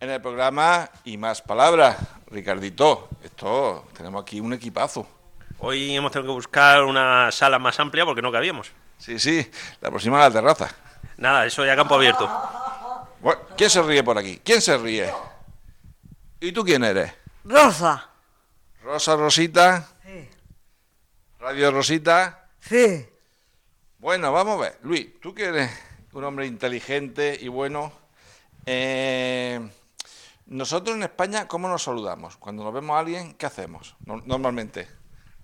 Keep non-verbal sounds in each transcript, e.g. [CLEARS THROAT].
en el programa Y Más Palabras. Ricardito, esto, tenemos aquí un equipazo. Hoy hemos tenido que buscar una sala más amplia porque no cabíamos. Sí, sí, la próxima a la terraza. Nada, eso ya campo abierto. Bueno, ¿Quién se ríe por aquí? ¿Quién se ríe? ¿Y tú quién eres? Rosa. Rosa Rosita, Sí. Radio Rosita. Sí. Bueno, vamos a ver. Luis, tú que eres un hombre inteligente y bueno, eh, nosotros en España, ¿cómo nos saludamos? Cuando nos vemos a alguien, ¿qué hacemos no- normalmente?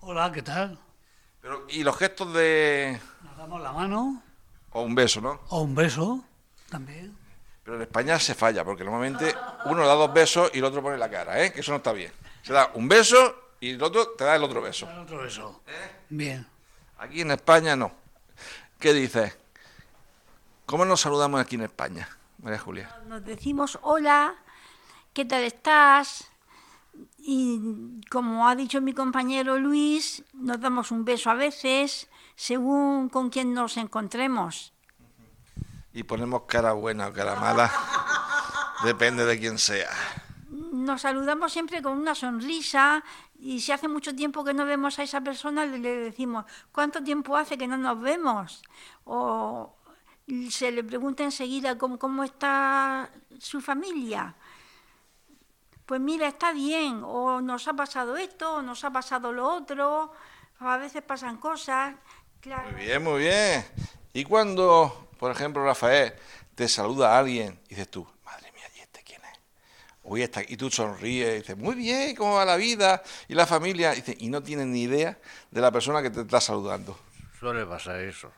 Hola, ¿qué tal? Pero, ¿Y los gestos de... Nos damos la mano o un beso, no? o un beso también. Pero en España se falla, porque normalmente uno da dos besos y el otro pone la cara, ¿eh? Que eso no está bien. Se da un beso y el otro te da el otro beso. Al otro beso. Bien. Aquí en España no. ¿Qué dices? ¿Cómo nos saludamos aquí en España, María Julia? Nos decimos hola, ¿qué tal estás? Y como ha dicho mi compañero Luis, nos damos un beso a veces, según con quien nos encontremos. y ponemos cara buena o cara mala. Depende de quién sea. Nos saludamos siempre con una sonrisa y si hace mucho tiempo que no vemos a esa persona, le, le decimos, ¿cuánto tiempo hace que no nos vemos? O se le pregunta enseguida cómo, cómo está su familia. Pues mira, está bien, o nos ha pasado esto, o nos ha pasado lo otro, a veces pasan cosas. Claro. Muy bien, muy bien. Y cuando, por ejemplo, Rafael, te saluda a alguien, y dices tú, madre mía, ¿y este quién es? Hoy está, y tú sonríes, y dices, muy bien, ¿cómo va la vida? Y la familia, y, dice, y no tienes ni idea de la persona que te está saludando. Suele pasar eso.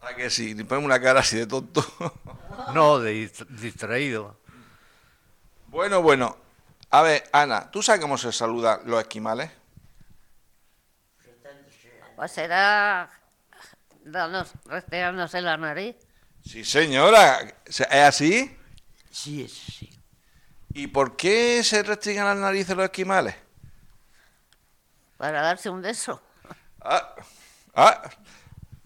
¿A que si le ponemos una cara así de tonto? [LAUGHS] No, de dist- distraído. bueno, bueno. A ver, Ana, ¿tú sabes cómo se saludan los esquimales? Pues será darnos, restregarnos en la nariz. Sí, señora. ¿Es así? Sí, es sí. ¿Y por qué se restringan las narices los esquimales? Para darse un beso. Ah, ah,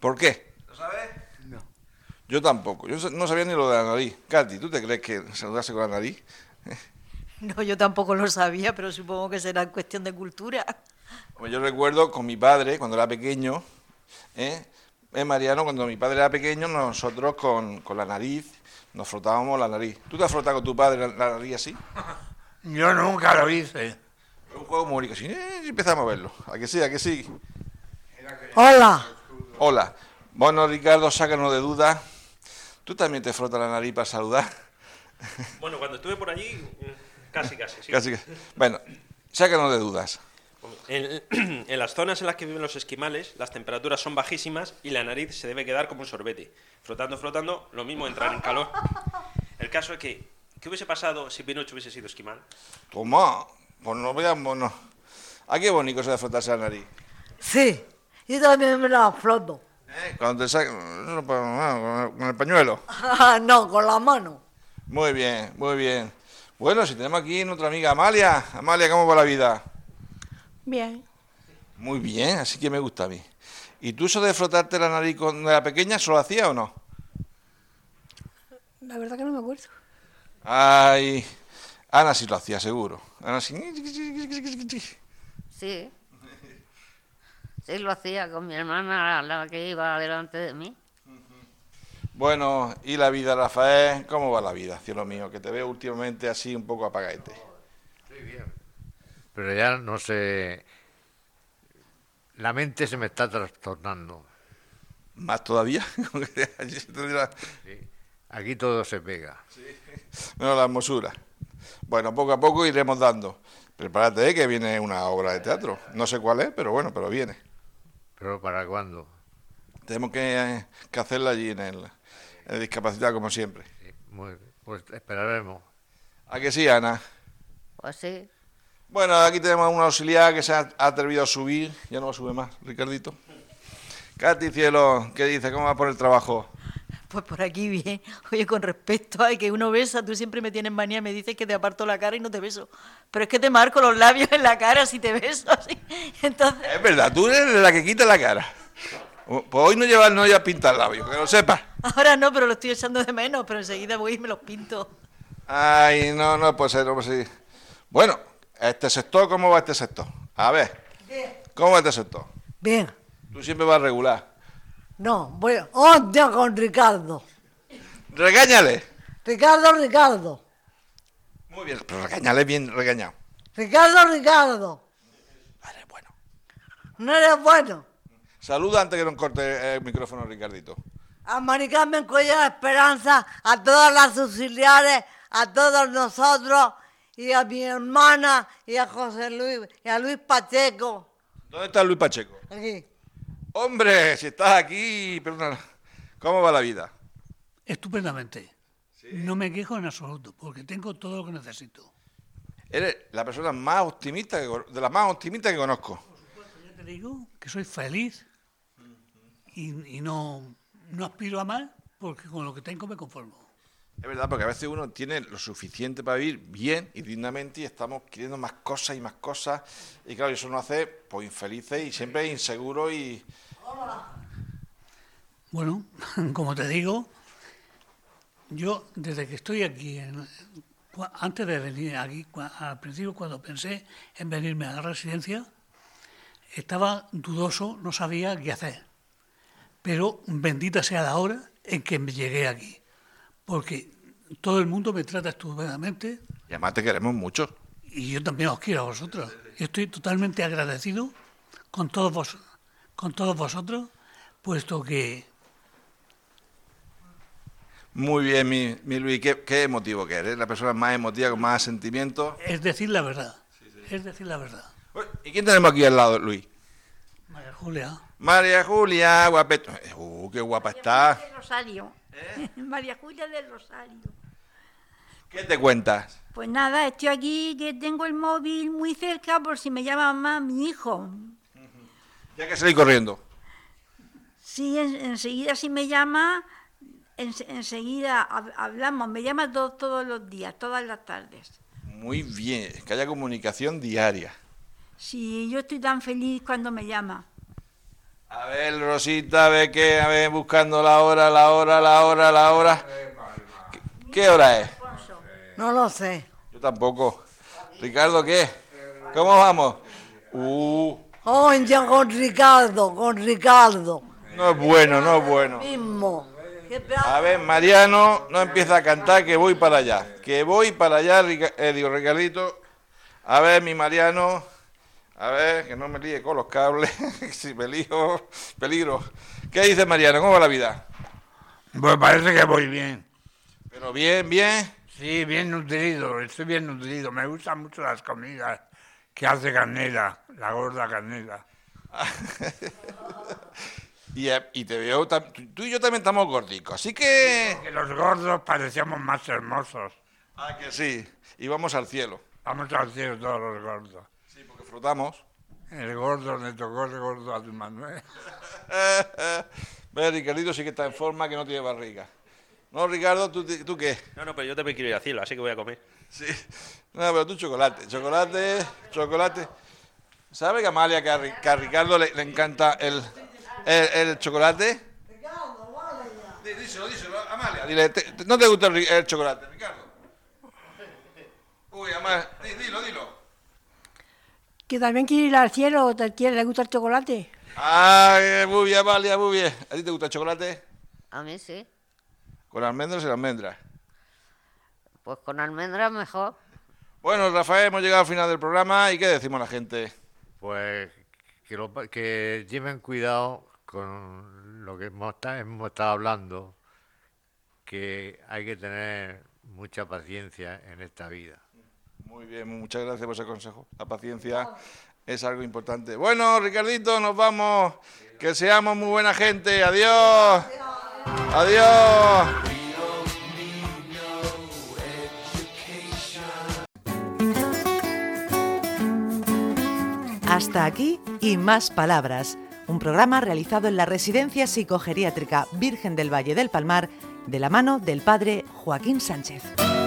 ¿Por qué? ¿Lo sabes? No. Yo tampoco. Yo no sabía ni lo de la nariz. Katy, ¿tú te crees que saludarse con la nariz? No, yo tampoco lo sabía, pero supongo que será cuestión de cultura. Hombre, Yo recuerdo con mi padre, cuando era pequeño, ¿eh? Eh, Mariano, cuando mi padre era pequeño, nosotros con, con la nariz nos frotábamos la nariz. ¿Tú te has frotado con tu padre la, la nariz así? Yo nunca lo hice. Era Un juego muy rico, así, eh, y empezamos a verlo. ¿A que sí? ¿A que sí? Hola. Hola. Bueno, Ricardo, sácanos de duda. ¿Tú también te frotas la nariz para saludar? Bueno, cuando estuve por allí, mm, casi, casi. sí. Casi que- Bueno, sácanos de dudas. En, en [CLEARS THROAT] las zonas en las que viven los esquimales, las temperaturas son bajísimas y la nariz se debe quedar como un sorbete. Frotando, frotando, lo mismo entrar en calor. El caso es que, ¿qué hubiese pasado si Pinocho hubiese sido esquimal? Toma, pues no veamos, no. Ah, qué bonito eso de frotarse la nariz. Sí. Yo también me la floto. ¿Eh? Cuando te sacan eso no puedo, ah, con el- con el pañuelo. Ah, no, con la mano. Muy bien, muy bien. Bueno, si tenemos aquí nuestra amiga Amalia. Amalia, ¿cómo va la vida? Bien, Muy bien, así que me gusta a mí. ¿Y tú eso de frotarte la nariz cuando era pequeña, solo hacía o no? la verdad que no me acuerdo. Ay, Ana sí lo hacía, seguro. Ana sí. Sí. Sí, lo hacía con mi hermana, la que iba delante de mí. Bueno, ¿y la vida, Rafael? ¿Cómo va la vida, cielo mío? Que te veo últimamente así un poco apagadete. Pero ya no sé. La mente se me está trastornando. ¿Más todavía? [LAUGHS] Como que allí se te dirá, Aquí todo se pega. Menos la hermosura. Bueno, poco a poco iremos dando. Prepárate, eh, que viene una obra de teatro. No sé cuál es, pero bueno, pero viene. Pero ¿para cuándo? Tenemos que, eh, que hacerla allí en el, en el discapacidad, como siempre. Sí, muy- pues esperaremos. ¿A que sí, Ana? Pues sí. Bueno, aquí tenemos a una auxiliar que se ha ha atrevido a subir. Ya no va a subir más, Ricardito. Katy Cielo, ¿qué dice? ¿Cómo va por el trabajo? Pues por aquí bien. [LAUGHS] Oye, con respecto a que uno besa, tú siempre me tienes manía, me dices que te aparto la cara y no te beso. Pero es que te marco los labios en la cara si te beso. [LAUGHS] así. Entonces, Es verdad, tú eres la que quita la cara. O- Pues hoy no llevas no ya pintar labios, que lo sepas. ahora no, pero lo estoy echando de menos, pero enseguida voy y me los pinto. Ay, no, no puede ser, no puede ser. Bueno, este sector, ¿cómo va este sector? A ver, ¿cómo va este sector? Bien. Tú siempre vas regular. No, voy onda con Ricardo. Regáñale. Ricardo, Ricardo. Muy bien, pero regáñale bien regañado. Ricardo, Ricardo. No eres bueno. Saluda antes que nos corte el micrófono, Ricardito. A Mari Carmen Cuellar Esperanza, a todas las auxiliares, a todos nosotros, y a mi hermana, y a José Luis, y a Luis Pacheco. ¿Dónde está Luis Pacheco? Aquí. Hombre, si estás aquí, perdona. ¿Cómo va la vida? Estupendamente. No me quejo en absoluto, porque tengo todo lo que necesito. Eres la persona más optimista, que con- de las más optimistas que conozco. Ya te digo que soy feliz y, y no, no aspiro a más, porque con lo que tengo me conformo. Es verdad, porque a veces uno tiene lo suficiente para vivir bien y dignamente y estamos queriendo más cosas y más cosas. Y claro, eso nos hace pues infelices y siempre inseguros y... Bueno, [LAUGHS] como te digo, yo desde que estoy aquí, en- cua- antes de venir aquí, cua- al principio cuando pensé en venirme a la residencia, estaba dudoso, no sabía qué hacer. Pero bendita sea la hora en que me llegué aquí, porque todo el mundo me trata estupendamente Y además te queremos mucho. y yo también os quiero a vosotros. Yo estoy totalmente agradecido con todos, vos- con todos vosotros, puesto que... Muy bien, mi, mi Luis, qué, qué emotivo que eres. La persona más emotiva, con más sentimientos. Es decir la verdad. Es decir la verdad. ¿Y quién tenemos aquí al lado, Luis? María Julia. María Julia, guapeta. Uh, qué guapa está. ¿Eh? Del Rosario. [LAUGHS] María Julia del Rosario. ¿Qué te cuentas? Pues nada, estoy aquí que tengo el móvil muy cerca por si me llama más mi hijo. Ya que salí corriendo. Sí, en- enseguida si me llama, ense- enseguida hab- hablamos. Me llama to- todos los días, todas las tardes. Muy bien, que haya comunicación diaria. Si yo estoy tan feliz cuando me llama. A ver, Rosita, a ver qué, a ver, buscando la hora, la hora, la hora, la hora. ¿Qué, qué hora es? No lo sé. Yo tampoco. Ricardo, ¿qué? ¿Cómo vamos? Uh, Onda con Ricardo, con Ricardo. no es bueno, no es bueno. Mismo. A ver, Mariano, no empieza a cantar que voy para allá. Que voy para allá, Rica- eh, digo, Ricardito. A ver, mi Mariano. A ver, que no me líe con los cables. [LAUGHS] si me lío, peligro. ¿Qué dice Mariano? ¿Cómo va la vida? Pues parece que voy bien. Pero bien, bien. Sí, bien nutrido, estoy bien nutrido. Me gustan mucho las comidas que hace Canela, la gorda Canela. [LAUGHS] Y, eh, y te veo, tam- tú- tú y yo también estamos gordicos, así que... Que los gordos parecíamos más hermosos. Ah, que sí, y vamos al cielo. Vamos a decir todos los gordos. Sí, porque frotamos. El gordo le tocó el gordo a tu Manuel. [LAUGHS] Ve, Ricardito sí que está en forma, que no tiene barriga. No, Ricardo, ¿tú, te- tú qué? No, no, pero yo también quiero ir al cielo, así que voy a comer. Sí. No, pero tú chocolate, chocolate, chocolate. ¿Sabe que Amalia, que a, Ri- que a Ricardo le, le encanta el, el, el chocolate? Di- Díselo, díselo, Amalia. Dile, "Te- te- ¿no te gusta el, ri- el chocolate, Ricardo? Uy, Amalia, di- dilo, dilo. Que también quiere ir al cielo, o te quiere, le gusta el chocolate. Ay, muy bien, Amalia, muy bien. ¿A ti te gusta el chocolate? A mí sí. Con almendras y almendras. Pues con almendras mejor. Bueno, Rafael, hemos llegado al final del programa y ¿qué decimos a la gente? Pues que, lo pa- que lleven cuidado con lo que hemos, esta- hemos estado hablando, que hay que tener mucha paciencia en esta vida. Muy bien, muchas gracias por ese consejo. La paciencia es algo importante. Bueno, Ricardito, nos vamos. Que seamos muy buena gente. Adiós. Adiós. Hasta aquí y más palabras, un programa realizado en la Residencia Psicogeriátrica Virgen del Valle del Palmar de la mano del padre Joaquín Sánchez.